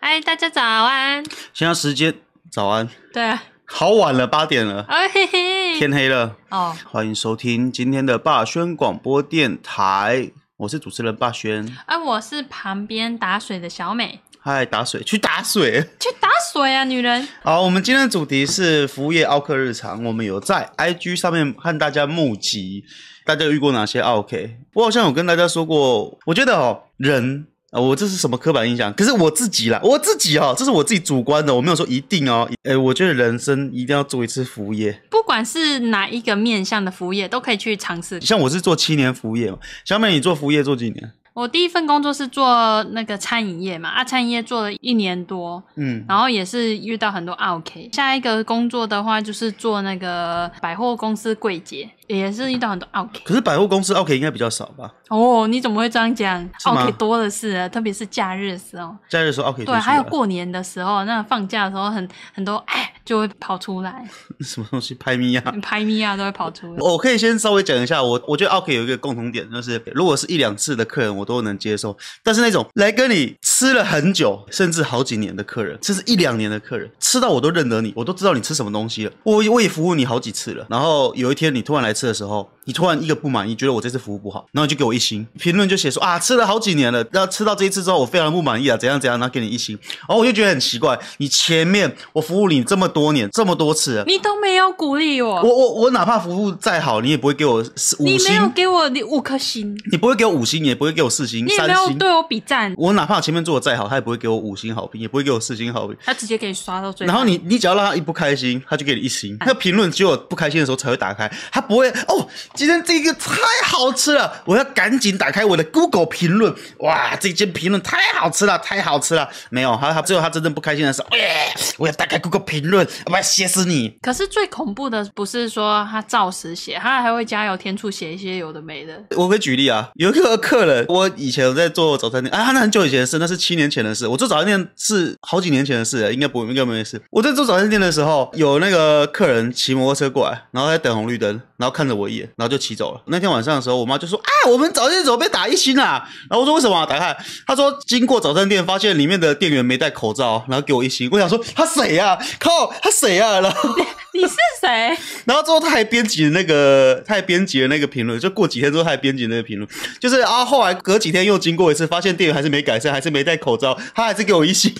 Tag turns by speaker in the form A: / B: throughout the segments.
A: 嗨，大家早安。
B: 现在时间早安，
A: 对啊，
B: 好晚了，八点了，
A: 哎嘿嘿。
B: 天黑了，
A: 哦，
B: 欢迎收听今天的霸轩广播电台，我是主持人霸轩。
A: 啊，我是旁边打水的小美，
B: 嗨，打水去打水。
A: 去打水啊，女人。
B: 好，我们今天的主题是服务业奥克日常，我们有在 IG 上面和大家募集，大家有遇过哪些奥 K？我好像有跟大家说过，我觉得哦，人。啊，我这是什么刻板印象？可是我自己啦，我自己哦，这是我自己主观的，我没有说一定哦。诶，我觉得人生一定要做一次服务业，
A: 不管是哪一个面向的服务业，都可以去尝试。
B: 像我是做七年服务业嘛，小美你做服务业做几年？
A: 我第一份工作是做那个餐饮业嘛，啊，餐饮业做了一年多，
B: 嗯，
A: 然后也是遇到很多 OK。下一个工作的话，就是做那个百货公司柜姐，也是遇到很多 OK。
B: 可是百货公司 OK 应该比较少吧？
A: 哦，你怎么会这样讲
B: 是吗
A: ？OK 多的是啊，特别是假日的时候。
B: 假日的时候 OK 啊
A: 对，还有过年的时候，那放假的时候很很多哎就会跑出来，
B: 什么东西拍 咪呀？
A: 拍咪啊都会跑出来。
B: 我可以先稍微讲一下，我我觉得 OK 有一个共同点，就是如果是一两次的客人，我都能接受；但是那种来跟你吃了很久，甚至好几年的客人，甚至一两年的客人，吃到我都认得你，我都知道你吃什么东西了，我我也服务你好几次了。然后有一天你突然来吃的时候，你突然一个不满意，觉得我这次服务不好，然后你就给我一星，评论就写说啊，吃了好几年了，然后吃到这一次之后，我非常不满意啊，怎样怎样，然后给你一星，然后我就觉得很奇怪，你前面我服务你这么多年，这么多次了，
A: 你都没有鼓励我，
B: 我我我哪怕服务再好，你也不会给我四五
A: 你没有
B: 星，
A: 给我你五颗星，
B: 你不会给我五星，也不会给我四星、
A: 你也
B: 三
A: 没有
B: 星。
A: 对我比赞，
B: 我哪怕前面做的再好，他也不会给我五星好评，也不会给我四星好评。
A: 他直接给你刷到最。
B: 然后你你只要让他一不开心，他就给你一星。
A: 哎
B: 那评论只有不开心的时候才会打开，他不会哦，今天这个太好吃了，我要赶紧打开我的 Google 评论，哇，这间评论太好吃了，太好吃了。没有，他他只有他真正不开心的时候，哎，我要打开 Google 评论，我要写死你。
A: 可是最恐怖的不是说他照实写，他还会加油添醋写一些有的没的。
B: 我可以举例啊，有一个客人，我以前有在做早餐店啊，那很久以前的事，那是七年前的事。我做早餐店是好几年前的事了，应该不应该没事。我在做早餐店的时候，有那个客人骑摩托车过来，然后在等红绿灯，然后看着我一眼，然后就骑走了。那天晚上的时候，我妈就说：“啊，我们早餐店怎么被打一星啊？”然后我说：“为什么、啊？”打开，她说：“经过早餐店，发现里面的店员没戴口罩，然后给我一星。”我想说他谁呀、啊？靠，他谁呀、啊？然后。
A: 你是谁？
B: 然后之后他还编辑了那个，他还编辑了那个评论，就过几天之后他还编辑了那个评论，就是啊，后来隔几天又经过一次，发现店员还是没改善，还是没戴口罩，他还是给我一星。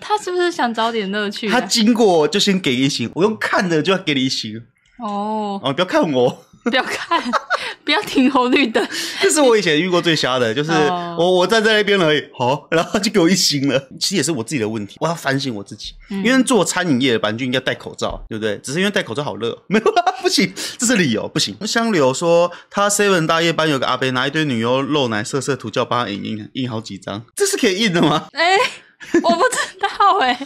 A: 他是不是想找点乐趣、
B: 他
A: 啊？
B: 经过就先给一星，我用看的就要给你一星
A: 哦，
B: 哦，不要看我，
A: 不要看， 不要停红绿灯。
B: 这是我以前遇过最瞎的，就是
A: 哦
B: 我我站在那边而已，好、然后他就给我一星了。其实也是我自己的问题，我要反省我自己，
A: 嗯
B: 因为做餐饮业的本来就应该戴口罩，对不对？只是因为戴口罩好热， 没有啦，不行，这是理由，不行。香柳说他 seven 大夜班有个阿伯拿一堆女优露奶色色图，叫我帮他影印印好几张，这是可以印的吗？
A: 哎、我不知道哎、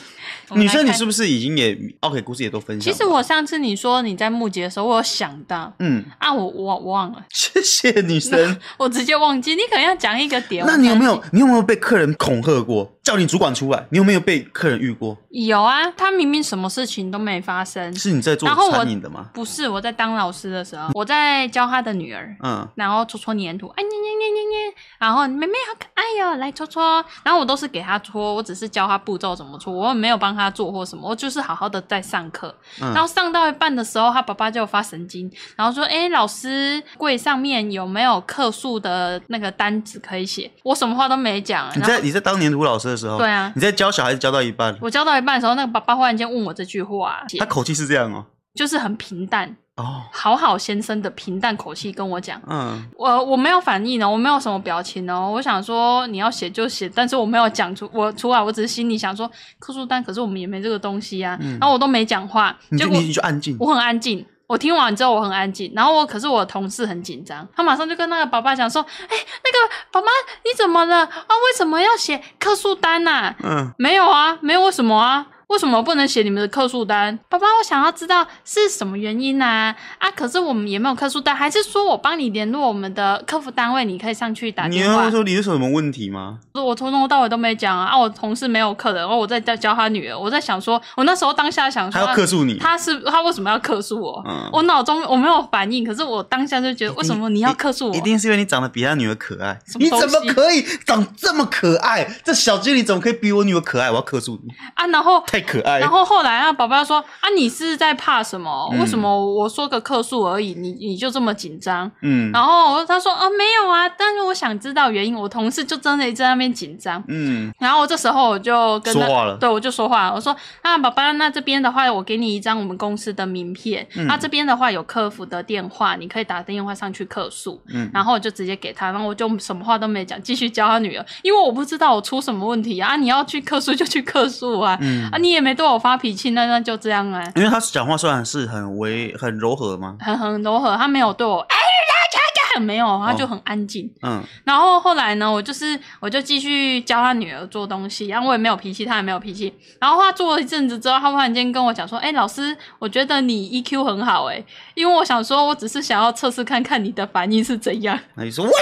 A: 我们
B: 女
A: 来
B: 生，你
A: 看
B: 是不是已经也 OK 故事也都分享
A: 其
B: 了？
A: 实我上次你说你在募集的时候，我有想到
B: 嗯，
A: 啊，我我忘了，
B: 谢谢女生。
A: 我直接忘记。你可能要讲一个点。
B: 那你有没
A: 有？
B: 有你有没有被客人恐吓过？叫你主管出来，你有没有被客人遇过？
A: 有啊，他明明什么事情都没发生。
B: 是你在做
A: 然后我
B: 餐饮的吗？
A: 不是我在当老师的时候，我在教他的女儿，
B: 嗯，
A: 然后搓搓粘土，哎捏捏捏捏捏，然后妹妹好可爱哟、来搓搓。然后我都是给她搓，我只是教她步骤怎么搓，我没有帮她做或什么，我就是好好的在上课。
B: 嗯
A: 然后上到一半的时候，她爸爸就发神经，然后说：“哎，老师，柜上面有没有课数的那个单子可以写？”我什么话都没讲，
B: 你
A: 然后
B: 在你在哦当年涂老师的时候，
A: 对啊
B: 你在教小孩子教到一半，
A: 我教到一半的时候，那个爸爸忽然间问我这句话，
B: 他口气是这样哦，
A: 就是很平淡，
B: 哦，
A: 好好先生的平淡口气跟我讲。
B: 嗯，
A: 我我没有反应呢，哦我没有什么表情呢。我想说你要写就写，但是我没有讲出我出来，我只是心里想说克数单，可是我们也没这个东西啊。然后我都没讲话，
B: 嗯你
A: 结
B: 就
A: 果
B: 你你就安静，
A: 我很安静。我听完之后我很安静，然后我可是我同事很紧张，他马上就跟那个爸爸讲说：“哎、那个爸妈你怎么了啊？为什么要写克数单呐、啊？
B: 嗯，
A: 没有啊，没有为什么啊？为什么不能写你们的客诉单？爸爸，我想要知道是什么原因啊啊！可是我们也没有客诉单，还是说我帮你联络我们的客服单位，你可以上去打
B: 你
A: 电话
B: 要。说你有什么问题吗？
A: 我从头到尾都没讲啊，啊，我同事没有客人，然后我在教教他女儿，我在想说，我那时候当下想
B: 他
A: 说
B: 要。克诉你，
A: 他是他为什么要克诉我？
B: 嗯
A: 我脑中我没有反应，可是我当下就觉得为什么你要克诉我？
B: 一定是因为你长得比他女儿可爱。
A: 什么
B: 你
A: 东西
B: 怎么可以长这么可爱？这小精灵怎么可以比我女儿可爱？我要克诉你，
A: 啊，然后
B: 太可爱
A: 然
B: 了。
A: 后后来啊，宝宝说啊，你是在怕什么？
B: 哎嗯
A: 为什么我说个客诉而已，你你就这么紧张？
B: 嗯
A: 然后我他说啊，没有啊，但是我想知道原因。我同事就真的一直在那边紧张。
B: 嗯，
A: 然后这时候我就跟他
B: 说话了
A: 对我就说话了，我说啊，宝宝，那这边的话，我给你一张我们公司的名片，
B: 嗯
A: 那、这边的话有客服的电话，你可以打电话上去客诉。
B: 嗯
A: 然后我就直接给他，然后我就什么话都没讲，继续教他女儿，因为我不知道我出什么问题啊，啊你要去客诉就去客诉啊，
B: 嗯
A: 啊，你也没对我发脾气，那那就这样啊，
B: 因为他讲话虽然是很微很柔和嘛，
A: 很很柔和，他没有对我哎。大家没有，他
B: 哦
A: 就很安静。
B: 嗯
A: 然后后来呢，我就是我就继续教他女儿做东西，然后我也没有脾气，他也没有脾气。然后他做了一阵子之后，他忽然间跟我讲说：“哎、老师，我觉得你 EQ 很好哎、因为我想说我只是想要测试看看你的反应是怎样。”
B: 那你说喂，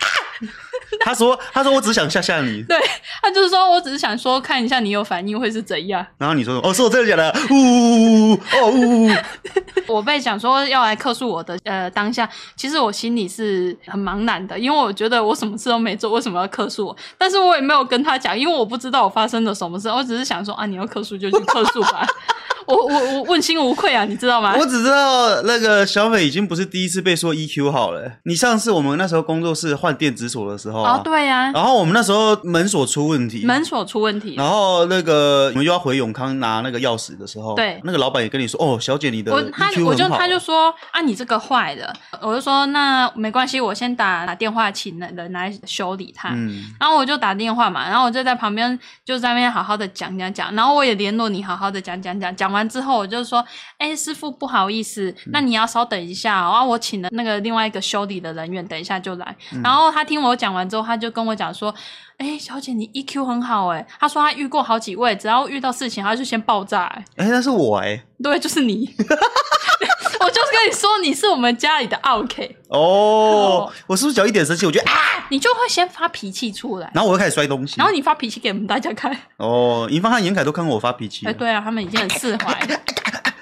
B: 啊 他说他说我只想吓吓你，
A: 对他就是说我只是想说看一下你有反应会是怎样。
B: 然后你说哦是我真的假的，呜呜呜呜哦 呜呜，呜
A: 我被讲说要来克诉我的呃当下，其实我心里是很茫然的，因为我觉得我什么事都没做，为什么要克诉我？但是我也没有跟他讲，因为我不知道我发生了什么事，我只是想说啊，你要克诉就去克诉吧。 我我我问心无愧啊，你知道吗？
B: 我只知道那个小美已经不是第一次被说 EQ 好了。你上次我们那时候工作室换电子锁的时候啊，
A: 哦，对呀、
B: 然后我们那时候门锁出问题，
A: 门锁出问题，
B: 然后那个我们又要回永康拿那个钥匙的时候，
A: 对
B: 那个老板也跟你说，哦，小姐你的
A: 我他
B: EQ
A: 我就
B: 很好，
A: 他就说啊，你这个坏了，我就说那没关系，我先打打电话请人人来修理他。
B: 嗯，
A: 然后我就打电话嘛，然后我就在旁边就在那边好好的讲讲讲，然后我也联络你好好的讲讲讲，讲完之后我就说，哎，师傅不好意思，那你要稍等一下、哦，然后我请了那个另外一个修理的人员，等一下就来。然后他听我讲完之后，他就跟我讲说，哎，小姐你 EQ 很好哎，他说他遇过好几位，只要遇到事情他就先爆炸哎，
B: 哎，那是我哎、
A: 对，就是你， 我就是跟你说你是我们家里的 OK，
B: 哦
A: 哦，
B: 我是不是只要一点生气，我就啊，
A: 你就会先发脾气出来。
B: 然后我又开始摔东西，
A: 然后你发脾气给我们大家看，
B: 哦，银方和严凯都看过我发脾气
A: 哎，，对啊，他们已经很释怀 了。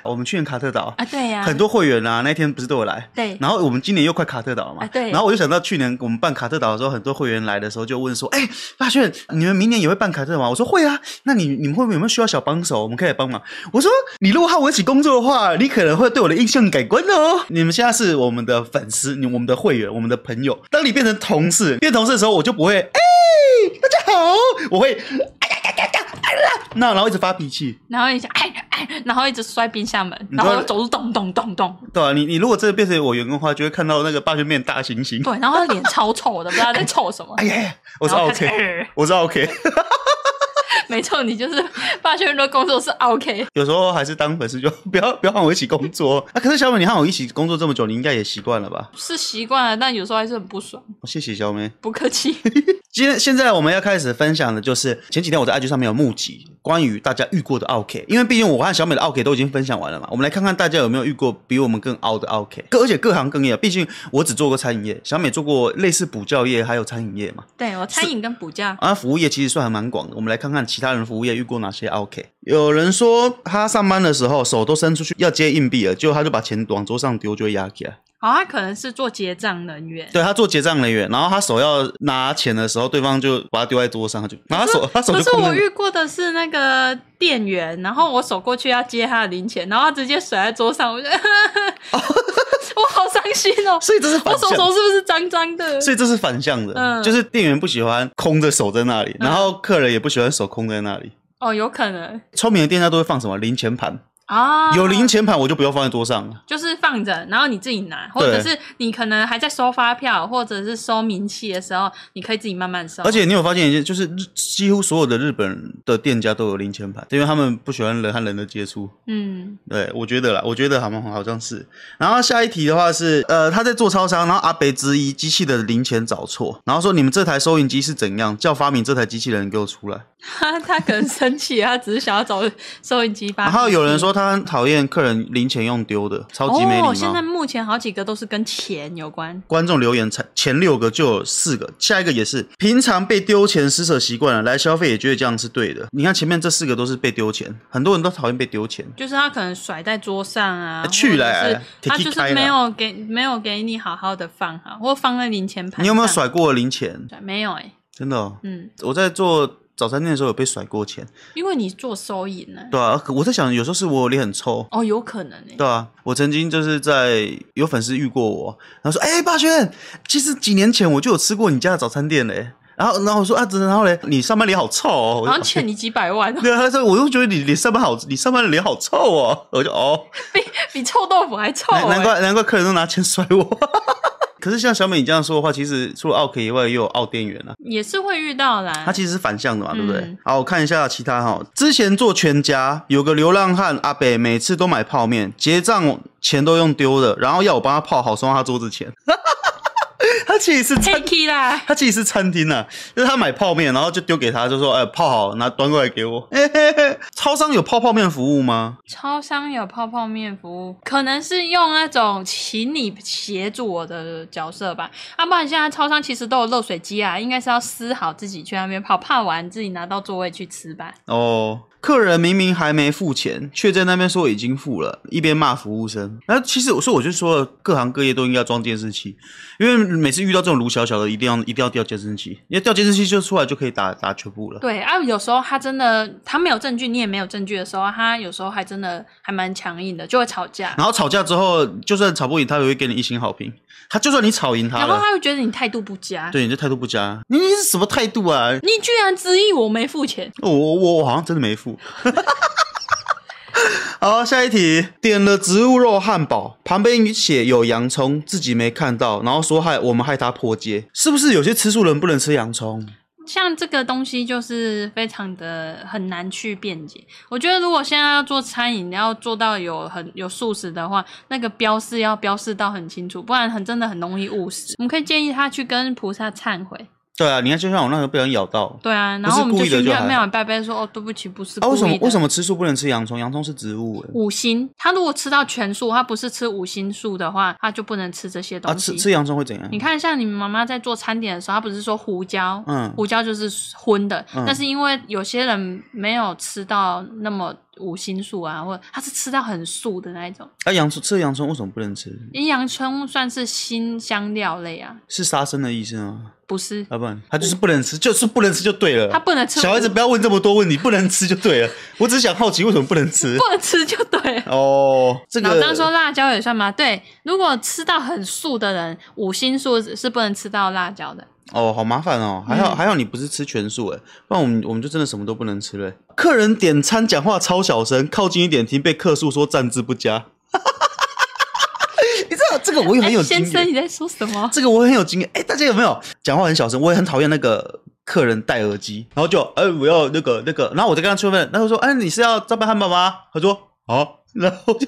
B: 我们去年卡特岛。
A: 啊，对呀、
B: 很多会员啊，那天不是都有来，
A: 对
B: 然后我们今年又快卡特岛了嘛，
A: 啊对
B: 然后我就想到去年我们办卡特岛的时候，很多会员来的时候就问说，哎，发炫，你们明年也会办卡特岛吗？我说会啊，那你你们会不会有没有需要小帮手？我们可以来帮忙。我说你如果和我一起工作的话，你可能会对我的印象改观哦。你们现在是我们的粉丝，你我们的会员，我们的朋友。当你变成同事，变同事的时候，我就不会哎，大家好，我会。哎呀呀呀呀哎呀那然后一直发脾气，
A: 然后一直哎哎，然后一直摔冰箱门，
B: 你知
A: 然
B: 道
A: 后走路咚咚咚咚，
B: 对啊，你你如果真的变成我员工的话，就会看到那个霸权面大猩猩。
A: 对，然后他脸超臭的，不知道在臭什么。
B: 哎呀，呀 我是
A: 然后开始
B: OK，我是 OK，
A: 呃 没错，你就是 霸轩的工作是 OK。
B: 有时候还是当粉丝就 不要不要和我一起工 作啊。可是小美，你和我一起工作这么久，你应该也习惯了吧？
A: 是习惯了，但有时候还是很不爽。
B: 谢谢小美。
A: 不客 气，
B: 今天现在我们要开始分享的就是前几天我在 IG 上面有募集关于大家遇过的 OK，因为毕竟我和小美的 OK 都已经分享完了嘛，我们来看看大家有没有遇过比我们更凹的 OK，各而且各行各业，毕竟我只做过餐饮业，小美做过类似补教业还有餐饮业嘛。
A: 对我餐饮跟补价，
B: 啊，服务业其实算还蛮广的。我们来看看其他人服务业遇过哪些 OK。有人说他上班的时候手都伸出去要接硬币了，结果他就把钱往桌上丢，就会压起来。
A: 好、他可能是做结账人员。
B: 对他做结账人员，然后他手要拿钱的时候，对方就把他丢在桌上，他就然后他手他手
A: 可
B: 就是空
A: 我
B: 着
A: 遇过的是那个店员，然后我走过去要接他的零钱，然后他直接甩在桌上，我就，
B: 哦
A: 我好伤心哦。
B: 所以这是反
A: 我手
B: 向
A: 手。是不是脏脏的？
B: 所以这是反向的，
A: 嗯
B: 就是店员不喜欢空着手在那里，然后客人也不喜欢手空在那里。
A: 哦，有可能
B: 聪明的店家都会放什么零钱盘，
A: 啊，
B: 有零钱盘我就不要放在桌上了。
A: 就是放放着，然后你自己拿，或者是你可能还在收发票，或者是收明细的时候，你可以自己慢慢收。
B: 而且你有发现一件，就是日几乎所有的日本的店家都有零钱牌，因为他们不喜欢人和人的接触。
A: 嗯，
B: 对，我觉得啦，我觉得好像好像是。然后下一题的话是，呃，他在做超商，然后阿北质疑机器的零钱找错，然后说你们这台收银机是怎样，叫发明这台机器的人给我出来。
A: 他他可能生气，他只是想要找收银机吧。
B: 然后有人说 他很讨厌客人零钱用丢的，超级没礼貌。
A: 哦，现在目前好几个都是跟钱有关。
B: 观众留言才前六个就有四个，下一个也是平常被丢钱施舍习惯了，来消费也觉得这样是对的。你看前面这四个都是被丢钱，很多人都讨厌被丢钱。
A: 就是他可能甩在桌上啊，
B: 哎去嘞
A: 或者是他
B: 提起
A: 就
B: 开
A: 是
B: 了
A: 没有给没有给你好好的放好，或放在零钱盘。
B: 你有没有？甩过零钱？
A: 没有哎、
B: 真的、哦，
A: 嗯，
B: 我在做早餐店的时候有被甩过钱，
A: 因为你做收银呢、
B: 对啊，可我在想，有时候是我脸很臭。
A: 哦，有可能哎、
B: 对啊，我曾经就是在有粉丝遇过我，然后说：“哎、霸轩，其实几年前我就有吃过你家的早餐店嘞。”然后，然后我说：“啊，然后嘞，你上班脸好臭哦。”我就
A: 好 像欠你几百万，
B: 对啊，他说我就觉得你你上班好，你上班的脸好臭哦，我就 哦，
A: 比臭豆腐还臭、
B: 难难
A: 欸。
B: 怪难怪客人都拿钱甩我。 可是像小美你这样说的话，其实除了奥 K 以外，也有奥店员啊，
A: 也是会遇到啦。
B: 它其实是反向的嘛，对不对
A: 嗯？
B: 好，我看一下其他哈。之前做全家有个流浪汉阿北，每次都买泡面，结账钱都用丢的，然后要我帮他泡好，送到他桌子前。 他其实是餐
A: Takey 啦，
B: 他其实是餐厅啊，就是他买泡面，然后就丢给他，就说：“哎、泡好，拿端过来给我。 嘿嘿嘿”超商有泡泡面服务吗？
A: 超商有泡泡面服务，可能是用那种请你协助我的角色吧。要、不然现在超商其实都有热水机啊，应该是要撕好自己去那边泡，泡完自己拿到座位去吃吧。
B: 哦，客人明明还没付钱，却在那边说已经付了，一边骂服务生。那其实我说我就说了，各行各业都应该装监视器，因为每次遇到这种卢小小的，一定要一定要调监视器，因为调监视器就出来就可以打打全部了。
A: 对啊，有时候他真的他没有证据，你也没有证据的时候，他有时候还真的还蛮强硬的，就会吵架。
B: 然后吵架之后，就算吵不赢他，也会给你一星好评。他就算你吵赢他
A: 然后
B: 了，
A: 他又觉得你态度不佳，
B: 对你这态度不佳，你你是什么态度啊？
A: 你居然质疑我没付钱，
B: 我我我我好像真的没付。 好，下一题，点了植物肉汉堡，旁边写有洋葱，自己没看到，然后说害我们害他破戒，是不是有些吃素人不能吃洋葱？
A: 像这个东西就是非常的很难去辩解。我觉得如果现在要做餐饮，要做到有很有素食的话，那个标示要标示到很清楚，不然很真的很容易误食。我们可以建议他去跟菩萨忏悔，
B: 对啊，你看，就像我那个被人咬到，
A: 对啊，
B: 不
A: 然
B: 是
A: 后我们
B: 故
A: 就
B: 意的
A: 去
B: 就
A: 庙
B: 还
A: 庙里拜拜说，哦，对不起，不是故
B: 啊，
A: 意的。
B: 为什么为什么吃素不能吃洋葱？洋葱是植物、欸，
A: 五星，他如果吃到全素，他不是吃五星素的话，他就不能吃这些
B: 啊，
A: 东西。
B: 吃吃洋葱会怎样
A: 你？看，像你们妈妈在做餐点的时候，她不是说胡椒，
B: 嗯
A: 胡椒就是荤的，
B: 嗯
A: 但是因为有些人没有吃到那么五星素啊，或者他是吃到很素的那一种。
B: 啊，洋葱吃洋葱为什么不能吃？
A: 因为洋葱算是新香料类啊，
B: 是杀生的意思吗？
A: 不是，
B: 老板，他就是不能吃，就是不能吃就对了。
A: 他不能吃，
B: 小孩子不要问这么多问题，不能吃就对了。我只是想好奇为什么不 能吃。
A: 不能吃就对了。
B: 哦，这
A: 老
B: 个
A: 张说辣椒也算吗？对，如果吃到很素的人，五星素是不能吃到辣椒的。
B: 哦，好麻烦哦，还
A: 嗯
B: 好、还好你不是吃全素哎，不然我们我们就真的什么都不能吃了欸。客人点餐讲话超小声，靠近一点听，被客诉说站姿不佳。 你知道这个我也很有
A: 哎
B: 经
A: 先生，
B: 验，
A: 你在说什么？
B: 这个我很有经验。哎，大家有没有讲话很小声？我也很讨厌那个。客人戴耳机，然后就，哎，我要那个那个，然后我就跟他确认，然后说，哎，你是要招牌汉堡吗？他说，好、然后我就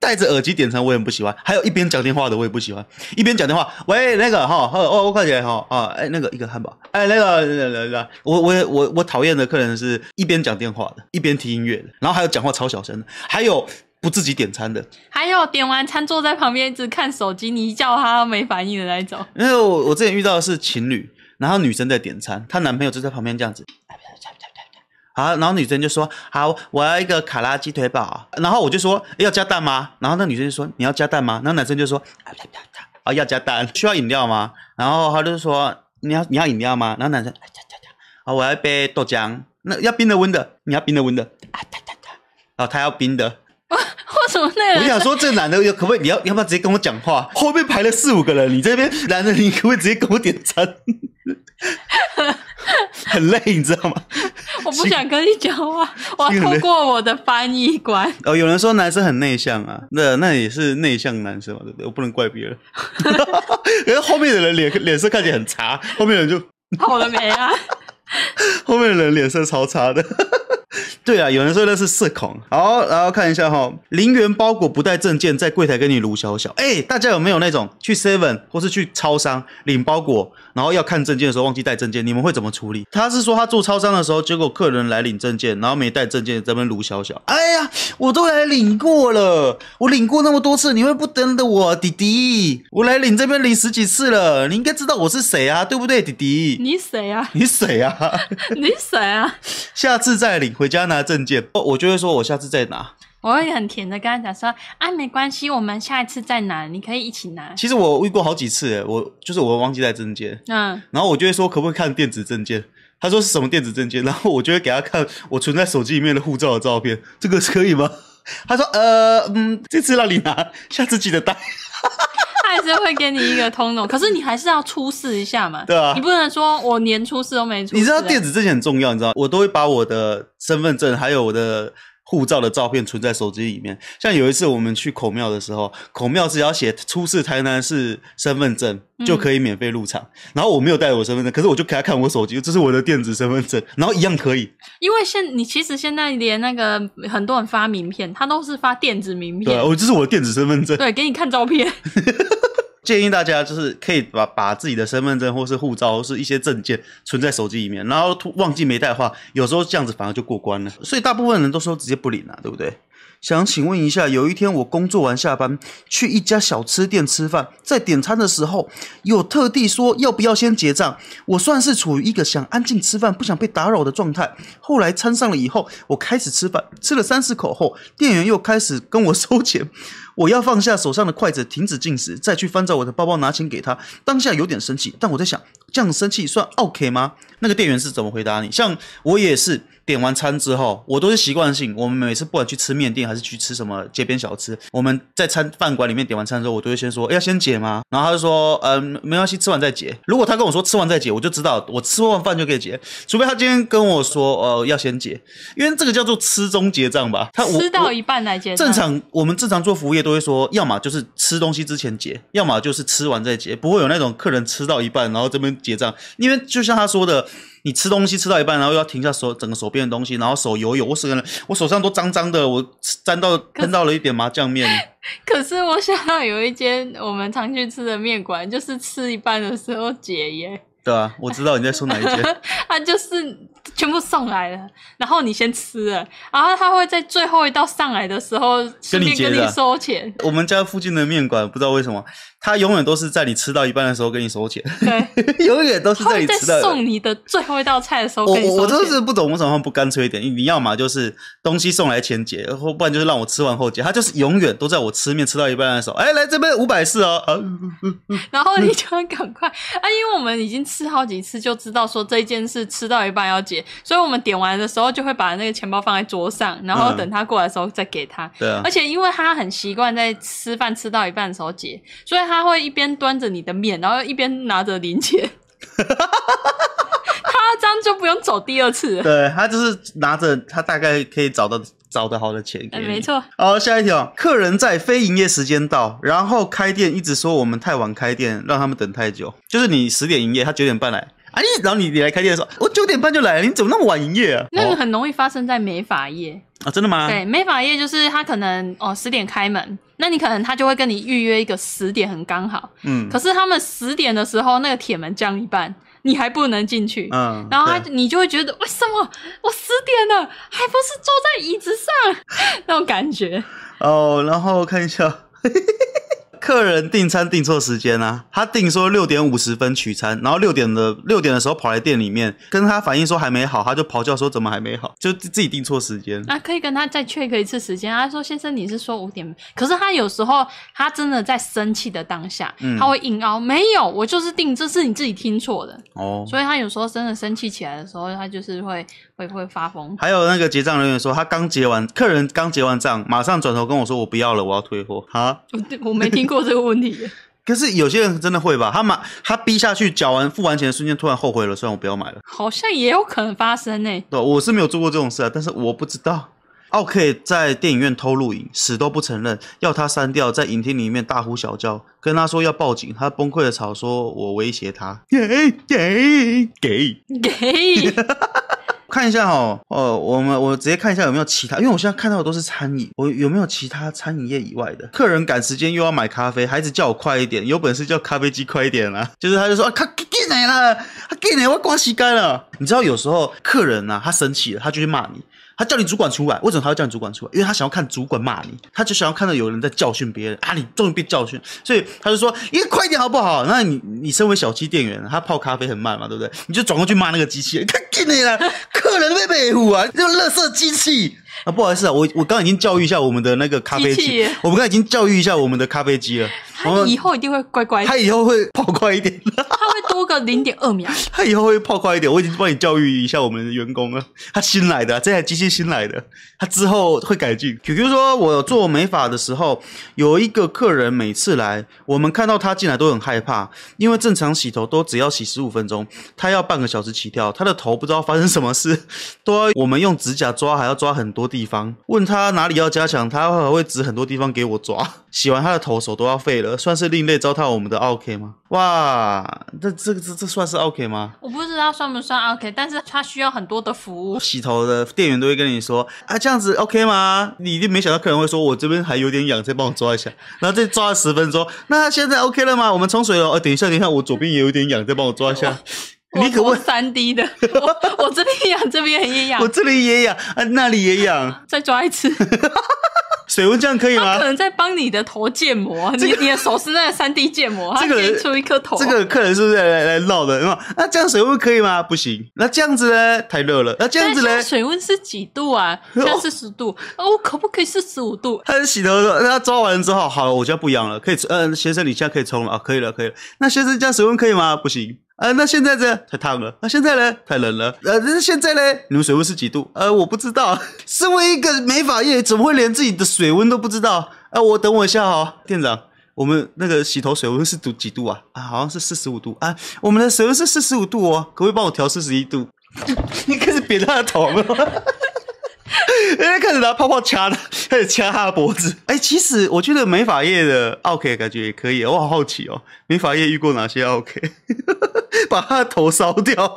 B: 戴着耳机点餐，我也很不喜欢。还有一边讲电话的，我也不喜欢。一边讲电话，喂，那个哈，哦哦，快点哈，啊，哎，那个一个汉堡，哎，那个，那个，那个，我我也我我讨厌的客人是一边讲电话的，一边听音乐的，然后还有讲话超小声的，还有不自己点餐的。
A: 还有点完餐坐在旁边一直看手机，你一叫他没反应的那一种。
B: 因为我我之前遇到的是情侣，然后女生在点餐，她男朋友就在旁边这样子。好，然后女生就说：“好，我要一个卡拉鸡腿堡。”然后我就说：“哎要加蛋吗？”然后那女生就说：“你要加蛋吗？”然后男生就说：“啊，不要不要不要哦要加蛋，需要饮料吗？”然后他就说：“你要你要饮料吗？”然后男生：“啊，加加加，好，我要一杯豆浆。那要冰的温的，你要冰的温的啊，哒哒哒。”哦，他要冰的。
A: 为什么那个
B: 我
A: 人
B: 想说，这男的可不可以？你要你要不要直接跟我讲话？后面排了四五个人，你这边男的，你可不可以直接跟我点餐？ 很累，你知道吗？
A: 我不想跟你讲话，我要通过我的翻译官。
B: 哦，有人说男生很内向啊，那那也是内向男生嘛，对不对？我不能怪别人。 可是后面的人脸脸色看起来很差，后面的人就
A: 好了没 啊？
B: 后面的人脸色超差的。 对啊，有人说那是社恐。好，然后看一下哈、零元包裹不带证件，在柜台跟你卢小小。哎，大家有没有那种去 Seven 或是去超商领包裹，然后要看证件的时候忘记带证件，你们会怎么处理？他是说他做超商的时候，结果客人来领证件，然后没带证件，在那边卢小小。哎呀，我都来领过了，我领过那么多次，你会不等等我，弟弟？我来领这边领十几次了，你应该知道我是谁啊，对不对，弟弟？
A: 你谁啊？
B: 你谁啊？
A: 你谁啊？
B: 下次再领，回家拿证件。哦我就会说，我下次再拿。
A: 我会很甜的跟他讲说啊，没关系，我们下一次再拿，你可以一起拿。
B: 其实我遇过好几次，我就是我忘记带证件，
A: 嗯，
B: 然后我就会说可不可以看电子证件？他说是什么电子证件？然后我就会给他看我存在手机里面的护照的照片，这个可以吗？他说呃嗯，这次让你拿，下次记得带。
A: 他还是会给你一个通融，可是你还是要出示一下嘛。
B: 对啊
A: 你不能说我连出示都没出示啊。
B: 你知道电子证件很重要，你知道，我都会把我的身份证还有我的护照的照片存在手机里面。像有一次我们去孔庙的时候，孔庙只要写出示台南市身份证就可以免费入场，然后我没有带我身份证，可是我就给他看我手机，这是我的电子身份证，然后一样可以。
A: 因为现你其实现在连那个很多人发名片，他都是发电子名
B: 对啊，
A: 片，
B: 我这是我的电子身份证。
A: 对，给你看照片。
B: 建议大家就是可以把把自己的身份证或是护照或是一些证件存在手机里面，然后突忘记没带的话，有时候这样子反而就过关了。所以大部分人都说直接不领啊，对不对？想请问一下，有一天我工作完下班去一家小吃店吃饭，在点餐的时候有特地说要不要先结账，我算是处于一个想安静吃饭、不想被打扰的状态。后来餐上了以后，我开始吃饭，吃了三四口后，店员又开始跟我收钱，我要放下手上的筷子，停止进食，再去翻找我的包包拿钱给他。当下有点生气，但我在想，这样生气算 OK 吗？那个店员是怎么回答你？像我也是点完餐之后，我都是习惯性，我们每次不管去吃面店还是去吃什么街边小吃，我们在餐饭馆里面点完餐之后，我都会先说要先结吗？然后他就说，嗯，没关系，吃完再结。如果他跟我说吃完再结，我就知道我吃完饭就可以结，除非他今天跟我说，呃，要先结，因为这个叫做吃中结账吧。他我
A: 吃
B: 我
A: 到一半来结账
B: 正。常我们正常做服务业都会说，要么就是吃东西之前结，要么就是吃完再结，不会有那种客人吃到一半然后这边结账，因为就像他说的，你吃东西吃到一半，然后要停下手整个手边的东西，然后手油油，我整个人我手上都脏脏的，我沾到喷到了一点麻酱面，
A: 可是我想到有一间我们常去吃的面馆，就是吃一半的时候结 耶，
B: 对吧、我知道你在说哪一 间，
A: 它就是全部送来了，然后你先吃了，然后他会在最后一道上来的时候顺便
B: 结
A: 跟
B: 的
A: 你
B: 啊
A: 收钱。
B: 我们家附近的面馆不知道为什么，他永远都是在你吃到一半的时候跟你收钱，
A: 对，
B: 永远都是
A: 他
B: 在
A: 会
B: 你
A: 在
B: 吃到一半。
A: 送你的最后一道菜的时候
B: 我
A: 跟你
B: 我
A: 收
B: 我
A: 钱。
B: 真的是不懂为什么他们不干脆一点，你你要嘛就是东西送来前结，或不然就是让我吃完后结，他就是永远都在我吃面吃到一半的时候，哎，来这边五百四哦，啊，
A: 然后你就要赶快啊，因为我们已经吃好几次，就知道说这件事吃到一半要结，所以我们点完的时候就会把那个钱包放在桌上，然后
B: 嗯
A: 等他过来的时候再给他。
B: 对啊
A: 而，且因为他很习惯在吃饭吃到一半的时候结，所以他会一边端着你的面，然后一边拿着零 钱。他这样就不用走第二次了。
B: 对他就是拿着他大概可以找到找得好的钱给
A: 哎，
B: 你，
A: 没。错，
B: 好，下一条，客人在非营业时间到，然后开店一直说我们太晚开店，让他们等太久。就是你十点营业，他九点半来，啊你，然后你你来开店的时候，哦我九点半就来了，你怎么那么晚营业啊？
A: 那个
B: 哦
A: 很容易发生在美发业。
B: 啊，真的吗？
A: 对，美发业就是他可能哦十点开门，那你可能他就会跟你预约一个十点很刚好，
B: 嗯
A: 可是他们十点的时候那个铁门降一半，你还不能进去。
B: 嗯，
A: 然后他
B: 对
A: 就，你就会觉得为什么我十点了还不是坐在椅子上 那种感觉？
B: 哦，然后看一下， 客人订餐订错时间啊，他订说六点五十分取餐，然后六点的六点的时候跑来店里面跟他反映说还没好，他就咆哮说怎么还没好，就自自己订错时间。
A: 那可以跟他再 check 一次时间。他说：“先生，你是说五点？可是他有时候他真的在生气的当下，
B: 嗯
A: 他会硬凹，没有，我就是定，这是你自己听错的。
B: 哦，
A: 所以他有时候真的生气起来的时候，他就是会会会发疯。
B: 还有那个结账人员说他刚结完，客人刚结完账，马上转头跟我说我不要了，我要退货。哈，
A: 我我没听过这个问题耶，
B: 可是有些人真的会吧？他买他逼下去，缴完付完钱，瞬间突然后悔了，算我不要买了。
A: 好像也有可能发生呢、
B: 对，我是没有做过这种事啊，但是我不知道。奥 K 在电影院偷录影，死都不承认，要他删掉，在影厅里面大呼小叫，跟他说要报警，他崩溃的吵说：“我威胁他。”给给给！
A: 给
B: 看一下哦，呃，我们我直接看一下有没有其他，因为我现在看到的都是餐饮，我有没有其他餐饮业以外的？客人赶时间又要买咖啡，孩子叫我快一点，有本事叫咖啡机快一点啦、就是他就说啊，他进来了，他进来，我光洗干了。你知道有时候客人呐、啊，他生气了，他就去骂你，他叫你主管出来，为什么他要叫你主管出来？因为他想要看主管骂你，他就想要看到有人在教训别人啊，你终于被教训，所以他就说你快一点好不好？那你你身为小鸡店员，他泡咖啡很慢嘛，对不对？你就转过去骂那个机器人，看进来了，客人被被唬啊，这种垃圾机器啊！不好意思啊，我我刚刚已经教育一下我们的那个咖啡
A: 机器
B: 机，我们刚刚已经教育一下我们的咖啡机了，
A: 他
B: 我们
A: 以后一定会乖乖的，
B: 他以后会泡快一点。
A: 他会多个零点二秒。
B: 他以后会泡快一点，我已经帮你教育一下我们的员工了。 他新来的啊，这台机器新来的，他之后会改进。QQ 说，我做美发的时候，有一个客人每次来，我们看到他进来都很害怕，因为正常洗头都只要洗十五分钟，他要半个小时起跳，他的头不知道发生什么事，都啊要我们用指甲抓，还要抓很多地方。问他哪里要加强，他还会指很多地方给我抓。 洗完他的头，手都要废了，算是另类糟蹋我们的 OK 吗？哇，这这这这算是 OK 吗？
A: 我不知道算不算 OK，但是他需要很多的服务。
B: 洗头的店员都会跟你说啊，这样子 OK 吗？你一定没想到客人会说，我这边还有点痒，再帮我抓一下，然后再抓了十分钟，那现在 OK 了吗？我们冲水了，哦，等一下，等一下，我左边也有点痒，再帮我抓一下。你可 不
A: 我
B: 可以？
A: 三 D 的， 我我这边痒，这边也痒
B: 我，这里也痒啊，那里也痒，
A: 再抓一次，
B: 水温这样可以
A: 他
B: 吗
A: 可？能在帮你的头建模，你你的手是那个三 D 建 模，他
B: 这个人
A: 建出一颗头。
B: 这个客人是不是来来来闹的？有没有那这样水温可以吗？不行。那这样子呢？太热了。那这样
A: 但
B: 子
A: 现在？
B: 呢
A: 水温是几度啊？现在四十度，哦，可不可以四十五度？哦
B: 他洗头的时候，那他抓完之后，好了，我现在不痒了，可以冲，嗯、先生，你现在可以冲了啊，可以了，可以了。那先生，这样水温可以吗？不行。呃，那现在这样太烫了，那现在呢？太冷了。呃，那现在呢？你们水温是几度？呃，我不知道。 身为一个美发业，怎么会连自己的水温都不知道？呃，我等我一下哦，店长。我们那个洗头水温是度几度啊？啊，好像是四十五度啊。我们的水温是四十五度哦，可不可以帮我调四十一度？ 你开始扁他的头了。因为开始拿泡泡掐他，开始掐他的脖子。哎、其实我觉得美发业的 OK 感觉也可以，我好好奇哦，美发业遇过哪些 OK？把他的头烧掉，
A: 烧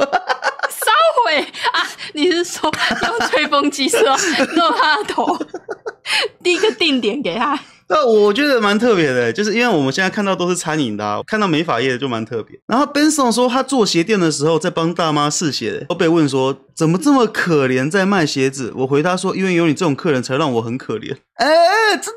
A: 毁啊！你是说 用吹风机是吧？弄他的头，第一个定点给他。
B: 那我觉得蛮特别的，就是因为我们现在看到都是餐饮的、啊，看到美发业的就蛮特别。然后 Benson 说他做鞋店的时候在帮大妈试鞋，都被问说怎么这么可怜在卖鞋子，我回答说因为有你这种客人才让我很可怜。哎、真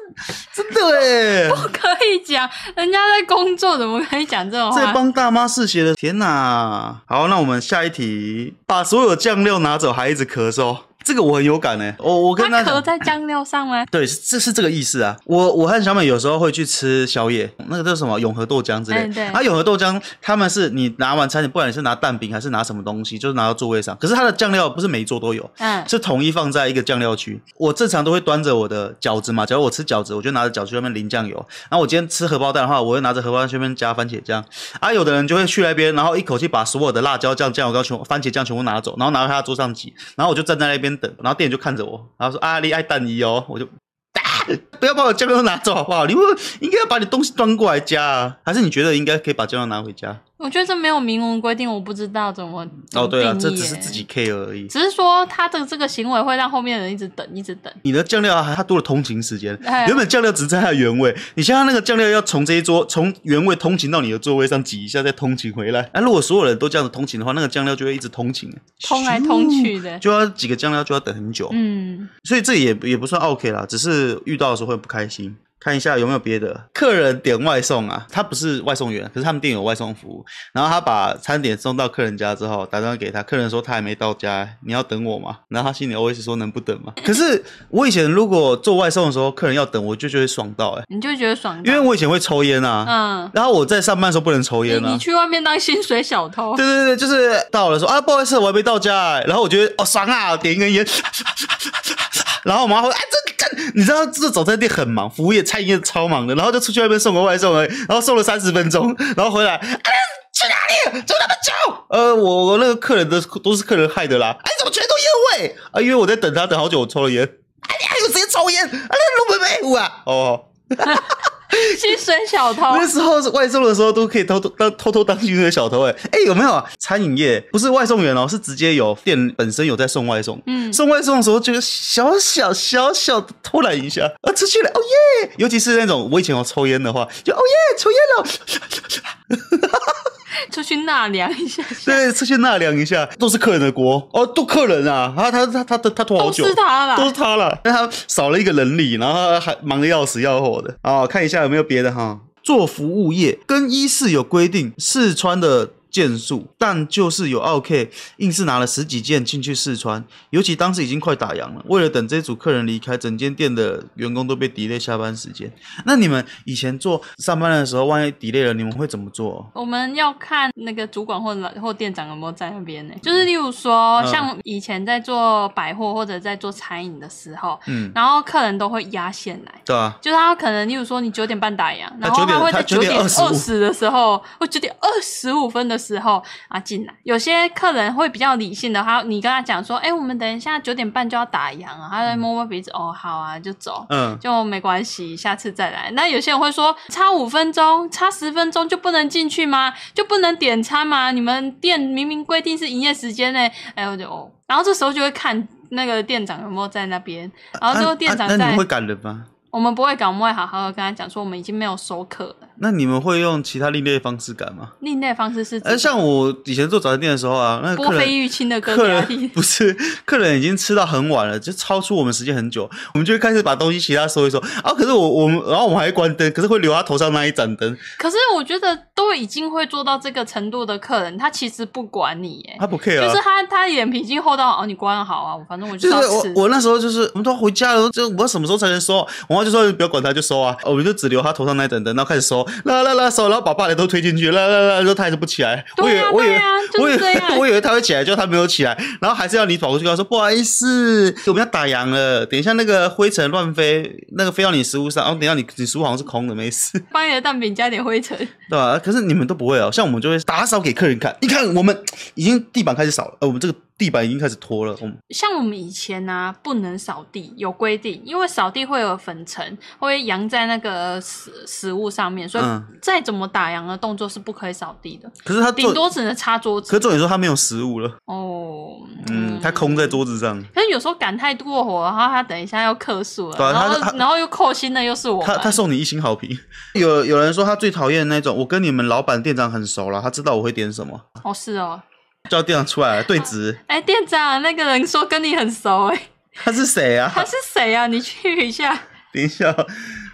B: 真的哎，
A: 不可以讲，人家在工作怎么可以哦讲这种
B: 在
A: 话？
B: 帮大妈试鞋的，天哪！好，那我们下一题，把所有酱料拿走，还一直咳嗽，这个我很有感呢、欸我我跟
A: 他
B: 他
A: 咳
B: 讲，
A: 在酱料上吗？
B: 对，是这是这个意思啊。我我和小美有时候会去吃宵夜，那个叫什么永和豆浆之类。
A: 嗯对
B: 啊，永和豆浆他们是你拿完餐，你不管你是拿蛋饼还是拿什么东西，就是拿到座位上。可是它的酱料不是每一桌都有，
A: 嗯，
B: 是统一放在一个酱料区。我正常都会端着我的饺子嘛，假如我吃饺子，我就拿着饺子去外面淋酱油。然后我今天吃荷包蛋的话，我会拿着荷包蛋去外面加番茄酱。啊，有的人就会去那边，然后一口气把所有的辣椒酱、酱油膏、全部番茄酱全部拿走，然后拿到他的桌上挤。然后我就站在那边等，然后店员就看着我，然后说：“啊，你爱蛋衣哦。”我就。啊不要把我酱料拿走好不好？你会应该要把你东西端过来加啊，还是你觉得应该可以把酱料拿回家？
A: 我觉得这没有明文规定，我不知道怎么怎么
B: 哦，对啊，
A: 定义
B: 这只是
A: 耶
B: 自己 care 而已。
A: 只是说他的这个行为会让后面的人一直等，一直等。
B: 你的酱料还它多了通勤时间
A: 哎，
B: 原本酱料只在它的原位，你像它那个酱料要从这一桌从原位通勤到你的座位上挤一下，再通勤回来。那、如果所有人都这样子通勤的话，那个酱料就会一直通勤，
A: 通来通去的
B: 咻就要几个酱料就要等很久，
A: 嗯，
B: 所以这也也不算 OK 啦，只是遇到的时候会不开心。看一下有没有别的客人点外送啊？他不是外送员，可是他们店有外送服务。然后他把餐点送到客人家之后，打电话给他，客人说他还没到家，你要等我吗？然后他心里 always 说能不等吗？可是我以前如果做外送的时候，客人要等，我就就会爽到哎、欸
A: 你就觉得爽到，
B: 因为我以前会抽烟啊，
A: 嗯，
B: 然后我在上班的时候不能抽
A: 你
B: 烟
A: 你
B: 啊。
A: 去外面当薪水小偷，
B: 对对对，哦就是到了说啊，不好意思，我还没到家欸、然后我觉得哦爽啊，点一根烟，然后我妈会哎这干，你知道这早餐店很忙，服务业、餐饮业超忙的，然后就出去外面送个外送而已，然后送了三十分钟，然后回来，哎、去哪里？走那么久？呃，我我那个客人的都是客人害的啦，哎，怎么全都烟味？啊，因为我在等他等好久，我抽了烟。哎，你还有谁抽烟？啊，那龙门没有啊？哦。
A: 薪水小偷，
B: 那时候是外送的时候都可以偷偷当偷偷当薪水小偷哎、欸、哎、有没有啊？餐饮业不是外送员哦，是直接有店本身有在送外送，
A: 嗯
B: 送外送的时候就小小小小的偷懒一下啊出去了哦耶！尤其是那种我以前有抽烟的话，就哦耶抽烟了，
A: 出去纳凉一下，
B: 对，出去纳凉一下，都是客人的锅哦，都客人啊，他他他他他他拖好
A: 都
B: 久，
A: 是他
B: 都
A: 啦
B: 是。他了，但他少了一个人力，然后还忙得要死要活的啊、哦看一下有没有别的哈，做服务业跟医事有规定，四川的件数，但就是有 OK，硬是拿了十几件进去四川，尤其当时已经快打烊了，为了等这组客人离开，整间店的员工都被 delay 下班时间。那你们以前做上班的时候，万一 delay 了，你们会怎么做？
A: 我们要看那个主管或老或店长有没有在那边呢、就是例如说，
B: 嗯
A: 像以前在做百货或者在做餐饮的时候，
B: 嗯，
A: 然后客人都会压线来。
B: 对啊，
A: 就是他可能，例如说你九点半打烊，然后
B: 9
A: 他
B: 点
A: 会在
B: 他
A: 九点
B: 9:25
A: 二十的时候，或九点二十五分的时候啊进来。有些客人会比较理性的，他你跟他讲说，哎、我们等一下九点半就要打烊啊，他在摸摸鼻子，哦，好啊，就走。
B: 嗯，
A: 就没关系，下次再来。那有些人会说，差五分钟、差十分钟就不能进去吗？就不能点餐吗？你们店明明规定是营业时间呢、哎，我就哦，然后这时候就会看那个店长有没有在那边，然后最后
B: 啊
A: 店长
B: 啊那
A: 在。
B: 你们会赶人吗？
A: 我们不会赶，我们会好好的跟他讲说，我们已经没有收客了。
B: 那你们会用其他另类方式赶吗？
A: 另类方式是指
B: 呃，像我以前做早餐店的时候啊，那个
A: 波
B: 客
A: 非
B: 人
A: 玉清的歌
B: 客
A: 给他
B: 人
A: 听
B: 不是客人已经吃到很晚了，就超出我们时间很久，我们就会开始把东西其他收一收啊。可是我我们，然后我们还会关灯，可是会留他头上那一盏灯，
A: 可是我觉得都已经会做到这个程度的客人，他其实不管你耶，
B: 他不 care 啊。
A: 哎就是他他脸皮已经厚到哦，你关好啊，我反正我
B: 就
A: 就是要
B: 我
A: 吃。，
B: 我那时候就是我们都要回家了，就我什么时候才能收？啊我妈就说你不要管他，就收啊。我们就只留他头上那一盏灯，然后开始收，啦啦啦收，然后把爸的都推进去，啦啦啦，然后他还是不起来。我以
A: 对
B: 为
A: 啊
B: 我以为
A: 对啊就是
B: 我以
A: 这
B: 为
A: 样
B: 我以为他会起来，就他没有起来，然后还是要你跑过去跟他说不好意思，我们要打烊了，等一下那个灰尘乱飞，那个飞到你食物上，然哦后等一下你你食物好像是空的，没事。
A: 帮你的蛋饼加点灰尘，
B: 对吧、 可是你们都不会哦，像我们就会打扫给客人看。你看，我们已经地板开始扫了，呃，我们这个地板已经开始拖了。我们
A: 像我们以前呢、不能扫地，有规定，因为扫地会有粉尘，会扬在那个呃食食物上面，所以
B: 嗯
A: 再怎么打烊的动作是不可以扫地的，
B: 可是他
A: 顶
B: 做，
A: 多只能擦桌子
B: 可。是重点说他没有食物了，
A: 哦，
B: 嗯，他空在桌子上。
A: 可是有时候赶太过火，然后他等一下又客诉了，
B: 对啊
A: 然
B: 他他
A: 后然后又扣薪的又是我
B: 他
A: 们，
B: 他送你一星好评。有有人说他最讨厌那种，我跟你们老板店长很熟了，他知道我会点什么，
A: 哦是哦，
B: 叫店长出来对质。
A: 哎店长那个人说跟你很熟哎，
B: 他是谁啊？
A: 他是谁啊？你去一下，
B: 等一下。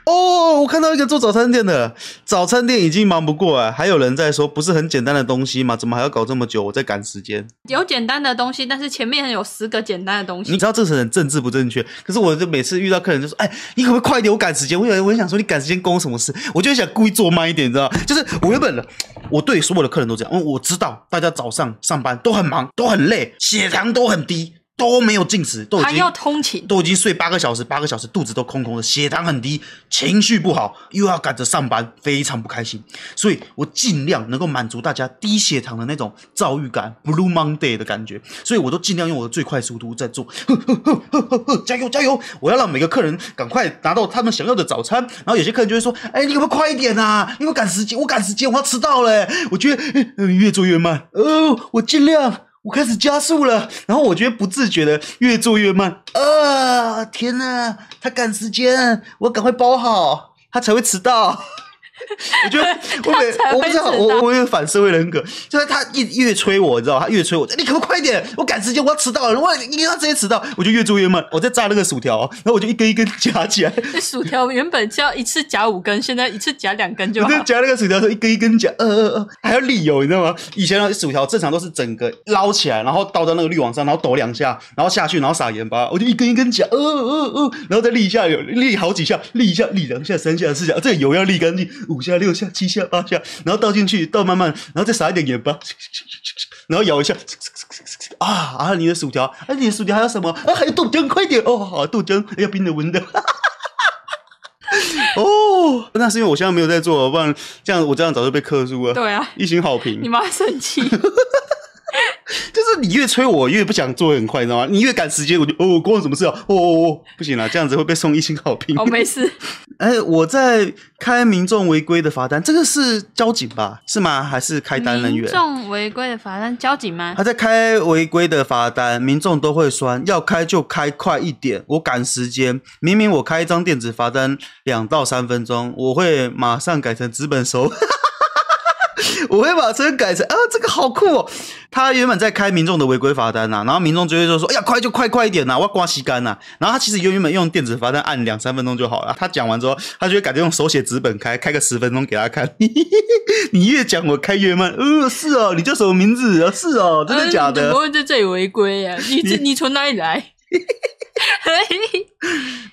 B: 哦，我看到一个做早餐店的，早餐店已经忙不过来，还有人在说不是很简单的东西吗？怎么还要搞这么久？我在赶时间。
A: 有简单的东西，但是前面有十个简单的东
B: 你
A: 西，
B: 知道这是很政治不正确，可是我就每次遇到客人就说：“哎，你可不可以快一点？我赶时间。”我想，我就想说你赶时间关我什么事？我就想故意做慢一点，你知道吗？ 就是我原本我对所有的客人都这样，因为嗯我知道大家早上上班都很忙，都很累，血糖都很低，都没有进食，都已
A: 还
B: 经
A: 要通勤，
B: 都已经睡八个小时，八个小时肚子都空空的，血糖很低，情绪不好，又要赶着上班，非常不开心。所以我尽量能够满足大家低血糖的那种躁郁感，Blue Monday 的感觉。所以我都尽量用我的最快速度在做，呵呵呵呵呵呵，加油加油！我要让每个客人赶快拿到他们想要的早餐。然后有些客人就会说：“哎，你可不可以快一点啊？因为赶时间，我赶时间，我要迟到了。”我觉得、呃越做越慢，哦，我尽量。我开始加速了，然后我觉得不自觉的越做越慢。啊，天哪，他赶时间，我赶快包好，他才会迟到。我觉得 我
A: 他才会
B: 每我不知道
A: 迟到
B: 我我有反社会人格，就是他一越催我，你知道吗？他越催我，你可不可以快一点？我赶时间，我要迟到了，我你要直接迟到，我就越做越慢。我在炸那个薯条，哦然后我就一根一根夹起来，
A: 这薯条原本是要一次夹五根，现在一次夹两根就
B: 我
A: 好
B: 就。夹那个薯条的时候，一根一根夹，呃呃呃，还要沥油，你知道吗？以前的薯条正常都是整个捞起来，然后倒到那个滤网上，然后抖两下，然后下去，然后撒盐巴，我就一根一根夹，呃呃呃，然后再沥一下油，沥好几下，沥一下，沥两下、三下、四下，这个油要沥干净，五下、六下、七下、八下，然后倒进去，倒慢慢，然后再撒一点盐巴，然后咬一下，啊啊！你的薯条，哎、你的薯条还有什么？啊，还有豆浆，快点哦！好，豆浆，哎呀，冰的温的。哦，那是因为我现在没有在做，不然这样我这样早就被克数了。
A: 对啊，
B: 一星好 评
A: 你。妈生气，
B: 就是你越催我，越不想做，很快，你知道吗？你越赶时间，我就哦，关我什么事啊？哦哦哦，不行了，这样子会被送一星好评。
A: 哦，没事，
B: 哎、我在开民众违规的罚单，这个是交警吧？是吗？还是开单人
A: 民
B: 员？
A: 众违规的罚单交警吗？
B: 他在开违规的罚单，民众都会酸，要开就开快一点，我赶时间。明明我开一张电子罚单两到三分钟，我会马上改成纸本收。 我会把车改成啊，这个好酷哦！他原本在开民众的违规罚单呐、然后民众就会就说：“哎呀，快就快快一点呐、我要刮吸干呐、然后他其实原本用电子罚单按两三分钟就好了。他讲完之后，他就会改成用手写纸本开，开个十分钟给他看。 你越讲我开越慢，呃，是哦，你叫什么名字？啊，是 哦，真的假
A: 呃你怎么
B: 的？
A: 会在这里违规 呀、你这你从哪里 来？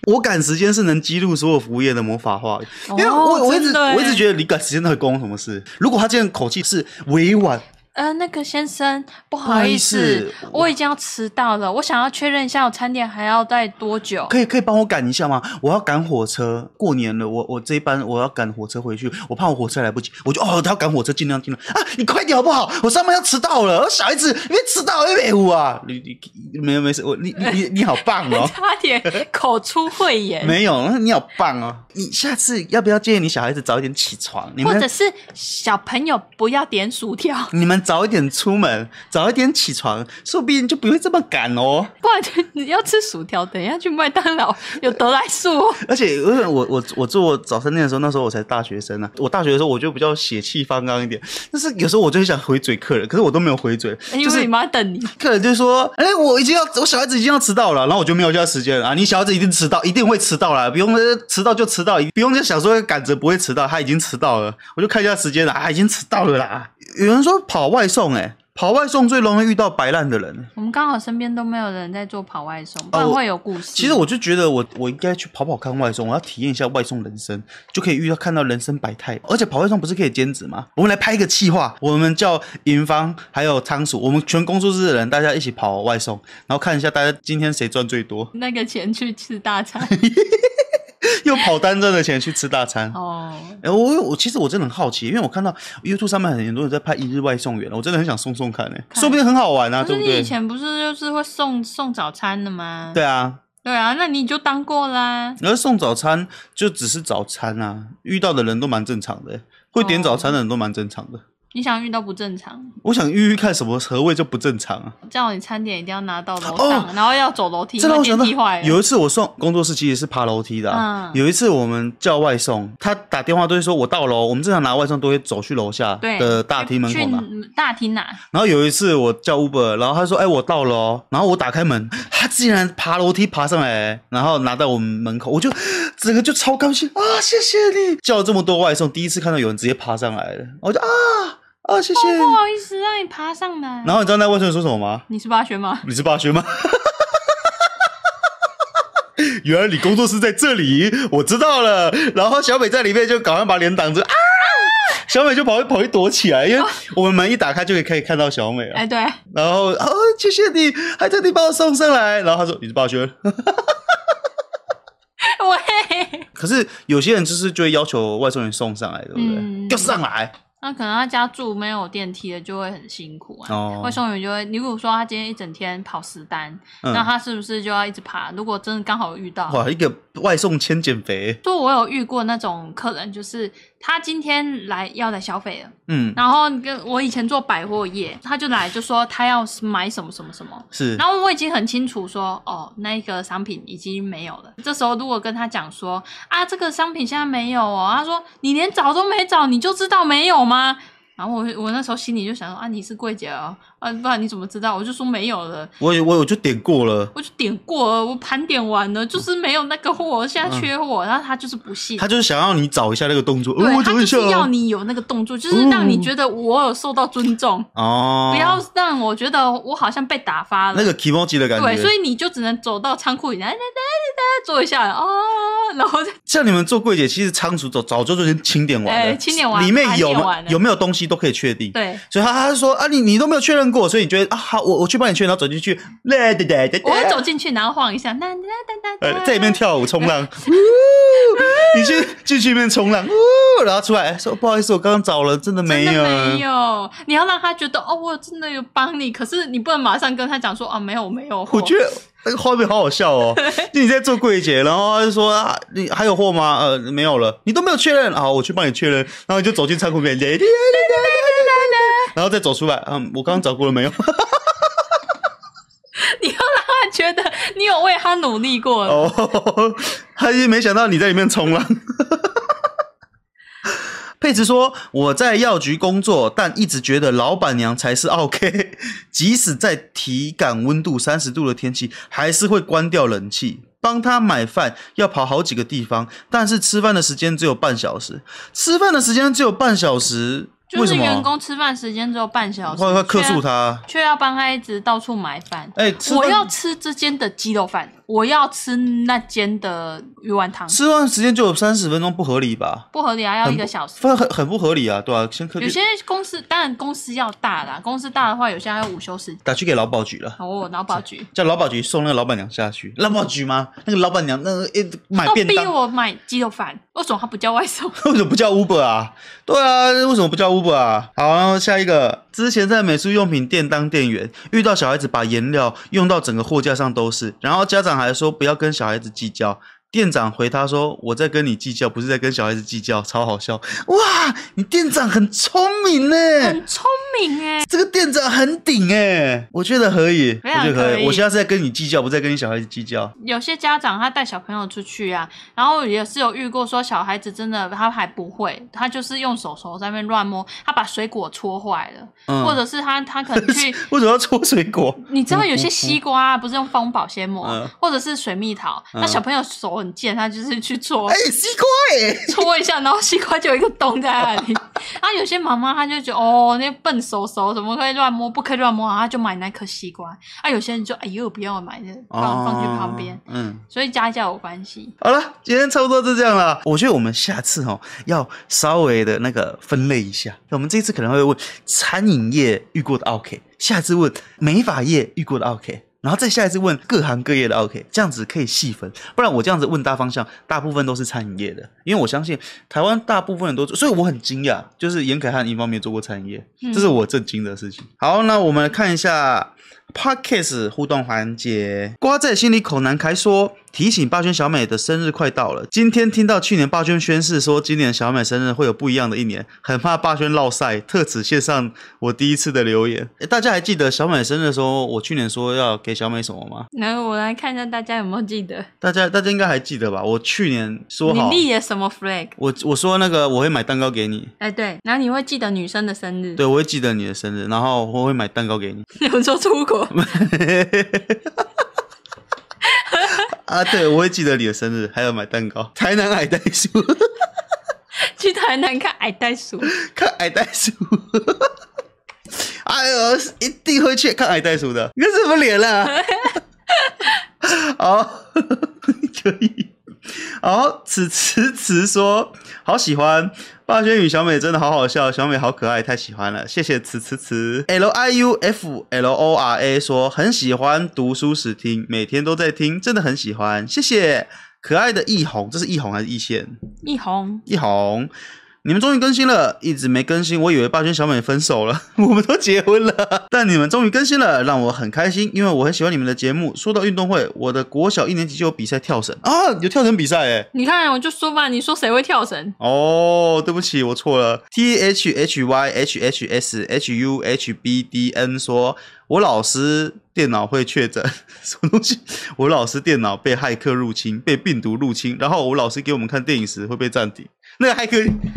B: 我赶时间是能激怒所有服务业的魔法话语，因为我、
A: 哦
B: 我一直
A: 真的耶
B: 我一直觉得你赶时间到底关我什么事？如果他今天口气是委婉，
A: 呃，那个先生，不
B: 不好
A: 好
B: 意
A: 意
B: 思
A: 思，我已经要迟到了，我想要确认一下我餐点还要待多 久。
B: 可以可以帮我赶一下吗？我要赶火车，过年了，我我这一班我要赶火车回去，我怕我火车来不及，我就哦，他要赶火车，尽量尽量啊，你快点好不好？我上班要迟到了，我小孩子别迟到，因为我啊，你你没有没事，我你你你你好 棒哦。
A: 差点口出秽言，
B: 没有，你好棒哦！你下次要不要建议你小孩子早一点起床？你
A: 或者
B: 们
A: 是小朋友不要点薯条，
B: 你们早一点出门，早一点起床，说不定就不会这么赶哦。
A: 不然就你要吃薯条，等一下去麦当劳有得来速 哦。
B: 而且因为我我我做早餐店的时候，那时候我才大学生啊。我大学的时候我就比较血气方刚一点，但是有时候我就会想回嘴客人，可是我都没有回嘴，
A: 因
B: 就
A: 为你
B: 是
A: 妈等你，
B: 客人就说：“哎、我已经要我小孩子已经要迟到了。”然后我就没有叫他时间了啊，你小孩子一定迟到，一定会迟到啦，不用呃迟到就迟到，不用就想说赶着不会迟到，他已经迟到了，我就看一下时间了，啊，已经迟到了啦。有人说跑外送、欸，跑外送最容易遇到白烂的人。
A: 我们刚好身边都没有人在做跑外送，不
B: 哦
A: 然
B: 我
A: 会有故事。
B: 其实我就觉得我我应该去跑跑看外送，我要体验一下外送人生，就可以遇到看到人生百态。而且跑外送不是可以兼职吗？我们来拍一个企划，我们叫银方还有仓鼠，我们全工作室的人大家一起跑外送，然后看一下大家今天谁赚最多，
A: 那个钱去吃大 餐
B: 用跑单赚的钱去吃大餐。
A: 哦，
B: 哎、我我其实我真的很好奇，因为我看到 YouTube 上面很多人在拍一日外送员，我真的很想送送看、欸，
A: 看
B: 说不定很好玩啊，
A: 可
B: 对
A: 是
B: 不
A: 你以
B: 对？
A: 前不是就是会送送早餐的吗？
B: 对啊，
A: 对啊，那你就当过啦。
B: 而送早餐就只是早餐啊，遇到的人都蛮正常的、会点早餐的人都蛮正常的。
A: 你想遇到不正常，
B: 我想遇遇看什么何谓就不正常啊？
A: 叫你餐点一定要拿到楼上，然后要走楼梯，
B: 哦这
A: 因
B: 让我
A: 为
B: 想
A: 电
B: 到
A: 梯坏了。
B: 有一次我送工作室其实是爬楼梯的、啊
A: 嗯
B: 有一次我们叫外送，他打电话都会说我到楼，我们正常拿外送都会走去楼下
A: 对
B: 的大厅门口嘛。
A: 去嗯大厅啊拿，
B: 然后有一次我叫 Uber，然后他说：“哎、我到了、哦。”然后我打开门，他竟然爬楼梯爬上来，然后拿到我们门口，我就整个就超高兴啊！谢谢你，叫了这么多外送，第一次看到有人直接爬上来的，我就啊啊谢谢。
A: 哦不好意思让你爬上来。
B: 然后你知道那外送员说什么吗？
A: 你是八学吗？
B: 你是霸轩吗？ 原来你工作室在这里，我知道了。然后小美在里面就赶快把脸挡住啊，小美就跑跑去躲起来，因为
A: 哦
B: 我们门一打开就可以可以看到小美了。
A: 哎，对，
B: 然后哦，谢谢你，还特地把我送上来。然后他说你是霸轩，
A: 喂，
B: 可是有些人就是就会要求外送员送上来，对不对？
A: 嗯
B: 要上来
A: 那可能他家住没有电梯的，就会很辛苦啊。
B: 哦
A: 外送员就会，你如果说他今天一整天跑十单，
B: 嗯
A: 那他是不是就要一直爬？如果真的刚好遇到，
B: 哇，一个外送千减肥，
A: 就我有遇过那种客人，就是他今天来要来消费了，
B: 嗯，
A: 然后你跟我以前做百货业，他就来就说他要买什么什么什么，
B: 是
A: 然后我已经很清楚说，哦，那一个商品已经没有了。这时候如果跟他讲说，啊，这个商品现在没有哦，他说你连找都没找，你就知道没有吗？然后我我那时候心里就想说，啊，你是柜姐哦，啊，不然你怎么知道？我就说没有了。
B: 我也我我就点过了。
A: 我就点过了，我盘点完了，就是没有那个货，现在缺货。然后他就是不信，
B: 他就是想要你找一下那个动作，
A: 对
B: 哦、
A: 他
B: 我找
A: 就
B: 一下
A: 是要
B: 哦。
A: 你有那个动作，就是让你觉得我有受到尊重，
B: 哦，
A: 不要让我觉得我好像被打发了。
B: 那个 k i m o j i 的感觉。
A: 对，所以你就只能走到仓库里来来来来来坐一下哦，然后再
B: 像你们做柜姐，其实仓储早早就已经清点完了，
A: 哎清点完
B: 里面
A: 盘
B: 有
A: 点完了
B: 有没有东西都可以确定。
A: 对
B: 所以他他就说啊，你你都没有确认问过，所以你觉得啊，好，我我去帮你去，然后走进去，哒哒哒哒，
A: 我会走进去，然后晃一下，哒哒哒哒
B: 呃
A: 哒，，
B: 在里面跳舞冲浪，呜你去进去里面冲浪，呜，然后出来说不好意思，我刚刚找了，真的
A: 真
B: 没
A: 的
B: 有，
A: 没有，你要让他觉得哦，我真的有帮你，可是你不能马上跟他讲说啊，没有没有。
B: 我觉得那个画面好好笑哦。就你在做柜姐，然后他就说、啊、你还有货吗？呃，没有了，你都没有确认，好，我去帮你确认，然后你就走进仓库里面，然后再走出来，嗯，我刚刚找过了没有？
A: 你要让他觉得你有为他努力过。
B: 哦， 他也没想到你在里面冲浪。 佩慈说：“我在药局工作，但一直觉得老板娘才是 OK。即使在体感温度三十度的天气，还是会关掉冷气。帮她买饭要跑好几个地方，但是吃饭的时间只有半小时。吃饭的时间只有半小时，
A: 就
B: 为
A: 是
B: 什
A: 员
B: 么？
A: 工吃饭时间只有半小时，
B: 快快克诉
A: 却要，
B: 他！
A: 却要帮他一直到处买饭。
B: 哎、吃
A: 我
B: 饭
A: 要吃这间的鸡肉饭，我要吃那间的鱼丸汤，
B: 吃饭时间就有三十分钟，不合理吧？
A: 不合理啊，要
B: 很
A: 一
B: 不
A: 个小时。
B: 很很很不合理啊，对吧、先克
A: 有些公司当然公司要大啦，公司大的话，有些还有午休时间。
B: 打去给劳保局了。”
A: 哦，劳保局
B: 叫劳保局送那个老板娘下去，劳保局吗？那个老板娘那个一直买
A: 都
B: 便
A: 哦逼
B: 当，
A: 我买鸡肉饭，为什么他不叫外 送？
B: 为什么不叫 Uber 啊？对啊，为什么不叫 Uber 啊？好，然后下一个，之前在美术用品店当店员，遇到小孩子把颜料用到整个货架上都是，然后家长还说不要跟小孩子计较。店长回他说：“我在跟你计较，不是在跟小孩子计较，超好笑！哇，你店长很聪明呢，
A: 很聪明哎、
B: 这个店长很顶哎，我觉得可以，
A: 非
B: 我觉
A: 常
B: 得可
A: 可
B: 以。
A: 以
B: 我现在是在跟你计较，不是在跟你小孩子计较。
A: 有些家长他带小朋友出去啊，然后也是有遇过说小孩子真的他还不会，他就是用手手在那边乱摸，他把水果戳坏了，
B: 嗯
A: 或者是他他可能 去。
B: 为什么要搓水果？
A: 你知道有些西瓜、啊、不是用蜂保鲜膜，
B: 嗯
A: 或者是水蜜桃，
B: 嗯
A: 那小朋友手很贱，他就是去戳、
B: 哎、 西瓜哎、
A: 戳一下，然后西瓜就有一个洞在那 里。然后有些妈妈她就觉得哦，那笨手手怎么可以乱摸，不可以乱摸，啊，她就买那颗西瓜。啊，有些人就哎呦不要买，放放去旁边
B: 哦。。嗯，
A: 所以家教有关系。
B: 好了，今天差不多就这样了。我觉得我们下次哦，要稍微的那个分类一下。我们这次可能会问餐饮业遇过的 OK，下次问美发业遇过的 OK。然后再下一次问各行各业的 OK，这样子可以细分，不然我这样子问大方向，大部分都是餐饮业的，因为我相信台湾大部分人都做，所以我很惊讶，就是严凯汉一方面做过餐饮业，
A: 嗯
B: 这是我震惊的事情。好，那我们来看一下 Podcast 互动环节。瓜在心里口难开说，提醒霸轩小美的生日快到了。今天听到去年霸轩宣誓说，今年小美生日会有不一样的一年，很怕霸轩落赛，特此献上我第一次的留言。诶大家还记得小美生日的时候，我去年说要给小美什么吗？
A: 来，我来看一下大家有没有记得，
B: 大家大家应该还记得吧？我去年说
A: 你
B: 好，
A: 立了什么 flag？
B: 我我说那个我会买蛋糕给你。
A: 哎，对，然后你会记得女生的生日，
B: 对，我会记得你的生日，然后我会买蛋糕给你。
A: 有说出国，
B: 啊，对，我会记得你的生日，还有买蛋糕。台南矮袋鼠，
A: 去台南看矮袋鼠，
B: 看矮袋鼠。哎呦，一定会去看矮袋鼠的，你这什么脸啊？ 好， 可以。好，此词词说好喜欢，霸轩与小美真的好好笑，小美好可爱，太喜欢了，谢谢此词词。L I U F L O R A 说很喜欢读书时听，每天都在听，真的很喜欢，谢谢。可爱的易红，这是易红还是易线？
A: 一红，
B: 一红，你们终于更新了，一直没更新，我以为霸轩小美分手了， 我们都结婚了，但你们终于更新了，让我很开心，因为我很喜欢你们的节目。说到运动会，我的国小一年级就有比赛跳绳啊，有跳绳比赛哎。
A: 你看我就说吧，你说谁会跳绳？
B: 哦，对不起，我错了。T H H Y H H S H U H B D N 说，我老师电脑会确诊 什么东西？我老师电脑被骇客入侵，被病毒入侵，然后我老师给我们看电影时会被暂停。那个骇客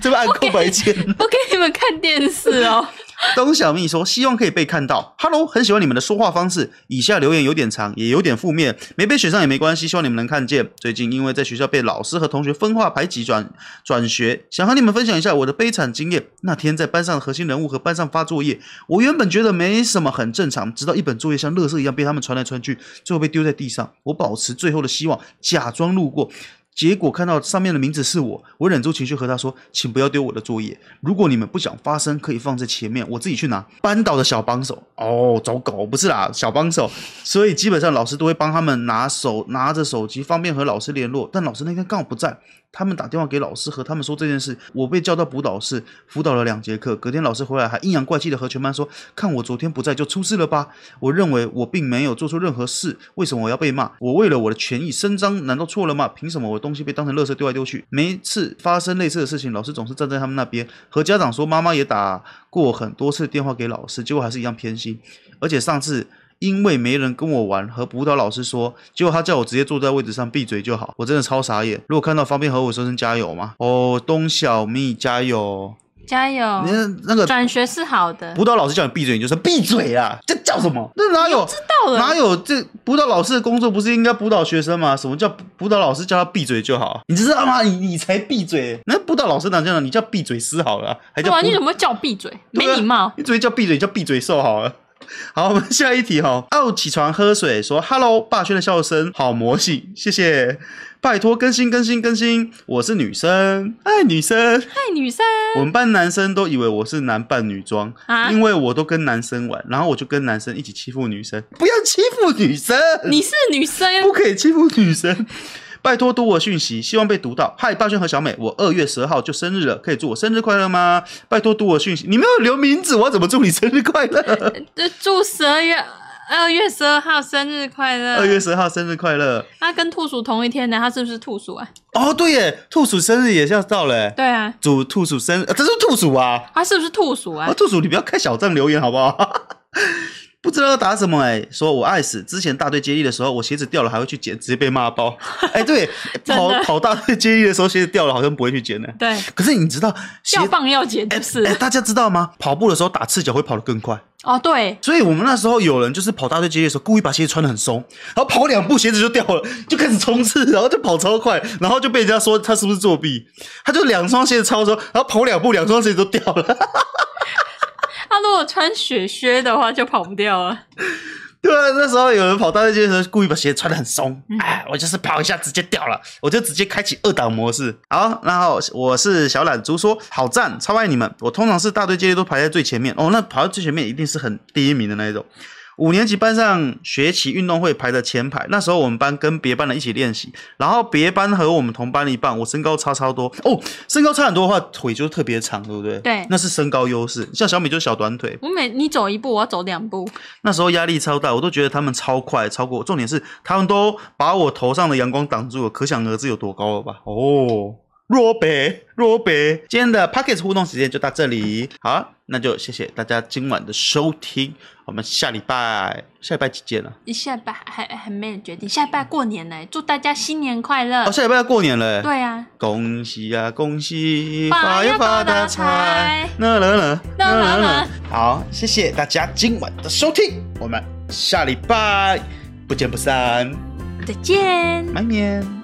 B: 这边按空白键。
A: 我给你们看电视哦。
B: 东小蜜说：“希望可以被看到。”Hello，很喜欢你们的说话方式。以下留言有点长，也有点负面，没被选上也没关系，希望你们能看见。最近因为在学校被老师和同学分化排挤转转学，想和你们分享一下我的悲惨经验。那天在班上的核心人物和班上发作业，我原本觉得没什么，很正常，直到一本作业像垃圾一样被他们传来传去，最后被丢在地上。我保持最后的希望，假装路过。结果看到上面的名字是我，我忍住情绪和他说：“请不要丢我的作业，如果你们不想发生，可以放在前面，我自己去拿。”班导的小帮手，哦，走狗不是啦，小帮手，所以基本上老师都会帮他们拿手拿着手机，方便和老师联络。但老师那天刚好不在，他们打电话给老师和他们说这件事，我被叫到辅导室辅导了两节课。隔天老师回来还阴阳怪气的和全班说：“看我昨天不在就出事了吧？”我认为我并没有做出任何事，为什么我要被骂？我为了我的权益伸张，难道错了吗？凭什么我的东西被当成垃圾丢来丢去？每一次发生类似的事情，老师总是站在他们那边，和家长说妈妈也打过很多次电话给老师，结果还是一样偏心。而且上次因为没人跟我玩，和辅导老师说，结果他叫我直接坐在位置上闭嘴就好，我真的超傻眼。如果看到方便和我说声加油吗？哦，东小蜜加油！
A: 加油！
B: 那那个
A: 转学是好的，
B: 辅导老师叫你闭嘴，你就说闭嘴啊！这叫什么？那哪有？
A: 知道了。
B: 哪有这辅导老师的工作不是应该辅导学生吗？什么叫辅导老师叫他闭嘴就好？你知道吗？你你才闭嘴，那辅导老师哪叫你叫闭嘴师好了，还
A: 对
B: 叫
A: 啊，
B: 辅
A: 你怎么会叫我闭嘴？没
B: 对啊
A: 礼貌。
B: 你直接叫闭嘴叫闭嘴兽好了。好，我们下一题哈、哦。奥起床喝水说：“Hello，霸轩的笑声好魔性，谢谢，拜托更新更新更新，我是女生，爱女生。”
A: 嗨，女生
B: 我们班男生都以为我是男扮女装，
A: 啊，
B: 因为我都跟男生玩，然后我就跟男生一起欺负女生，不要欺负女生，
A: 你是女生
B: 不可以欺负女生。拜托读我讯息，希望被读到。嗨，大轩和小美，我二月十二号就生日了，可以祝我生日快乐吗？拜托读我讯息，你没有留名字，我要怎么祝你生日快 乐？
A: 呃，祝十二月二月十二号生日快乐。
B: 二月十二号生日快乐！
A: 他跟兔鼠同一天的，他是不是兔鼠啊？
B: 哦，对耶，兔鼠生日也是要到了耶，
A: 对啊，
B: 祝兔鼠生日，呃这是兔鼠啊。
A: 他是不是兔鼠啊
B: 啊，？兔鼠，你不要开小账留言好不好？ 不知道要打什么哎、说我爱死。之前大队接力的时候，我鞋子掉了还会去捡，直接被骂爆。哎、对，
A: 真的
B: 跑跑大队接力的时候鞋子掉了好像不会去捡呢、
A: 对，
B: 可是你知道鞋
A: 要棒要解就是
B: 哎、大家知道吗？跑步的时候打赤脚会跑得更快，
A: 哦，对，
B: 所以我们那时候有人就是跑大队接力的时候故意把鞋子穿得很松，然后跑两步鞋子就掉了，就开始冲刺，然后就跑超快，然后就被人家说他是不是作弊？他就两双鞋子超松，然后跑两步两双鞋子都掉了。
A: 他啊如果穿雪靴的话就跑不掉了。
B: 对啊，那时候有人跑大队接力的时候，故意把鞋穿得很松，哎、我就是跑一下直接掉了，我就直接开启二档模式。好，然后我是小懒猪说，好赞，超爱你们。我通常是大队接力都排在最前面，哦，那跑到最前面一定是很第一名的那一种。五年级班上学期运动会排的前排，那时候我们班跟别班的一起练习，然后别班和我们同班的一半，我身高差超多哦，身高差很多的话，腿就特别长，对不对？
A: 对
B: 那是身高优势。像小米就是小短腿，
A: 我每你走一步，我要走两步。
B: 那时候压力超大，我都觉得他们超快，超过我。重点是他们都把我头上的阳光挡住了，可想而知有多高了吧？哦，若北若北，今天的 Pocket 互动时间就到这里，好，那就谢谢大家今晚的收听，我们下礼拜下礼拜几见了？啊
A: 一下班还还没有决定，下班过年呢，祝大家新年快乐
B: 哦，。下礼拜要过年了，
A: 呃对啊，
B: 恭喜啊恭喜，
A: 发呀发大财，
B: 啦啦啦
A: 啦啦啦，
B: 好，谢谢大家今晚的收听，我们下礼拜不见不散，
A: 再见。
B: 拜年。